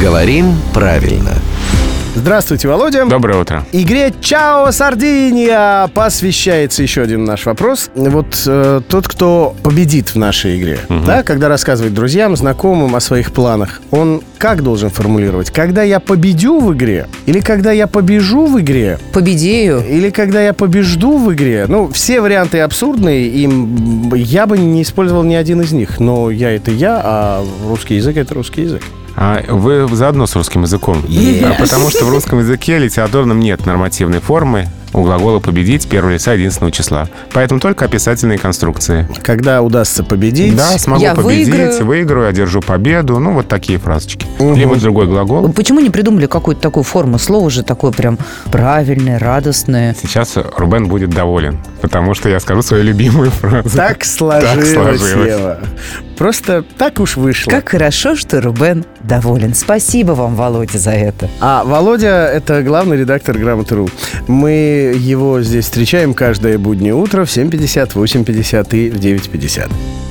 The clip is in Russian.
Говорим правильно. Здравствуйте, Володя. Доброе утро. Игре «Чао, Сардиния» посвящается еще один наш вопрос. Вот э, тот, кто победит в нашей игре, да, когда рассказывает друзьям, знакомым о своих планах, он как должен формулировать? Когда я победю в игре? Или когда я побежу в игре? Победею. Или когда я побежду в игре? Ну, все варианты абсурдные, и м, я бы не использовал ни один из них. Но я — это я, а русский язык — это русский язык. А вы заодно с русским языком? А Потому что в русском языке литературном нет нормативной формы у глагола «победить» первого лица единственного числа. Поэтому только описательные конструкции. Когда удастся победить... Да, смогу Я победить, выиграю. выиграю. одержу победу. Ну, вот такие фразочки. Либо другой глагол. Почему не придумали какую-то такую форму? Слово же такое прям правильное, радостное. Сейчас Рубен будет доволен, потому что я скажу свою любимую фразу. Так сложилось, сложилось. Ева. Просто так уж вышло. Как хорошо, что Рубен доволен. Спасибо вам, Володя, за это. А Володя — это главный редактор «Грамоты.ру». Мы его здесь встречаем каждое буднее утро в 7.50, 8.50 и в 9.50.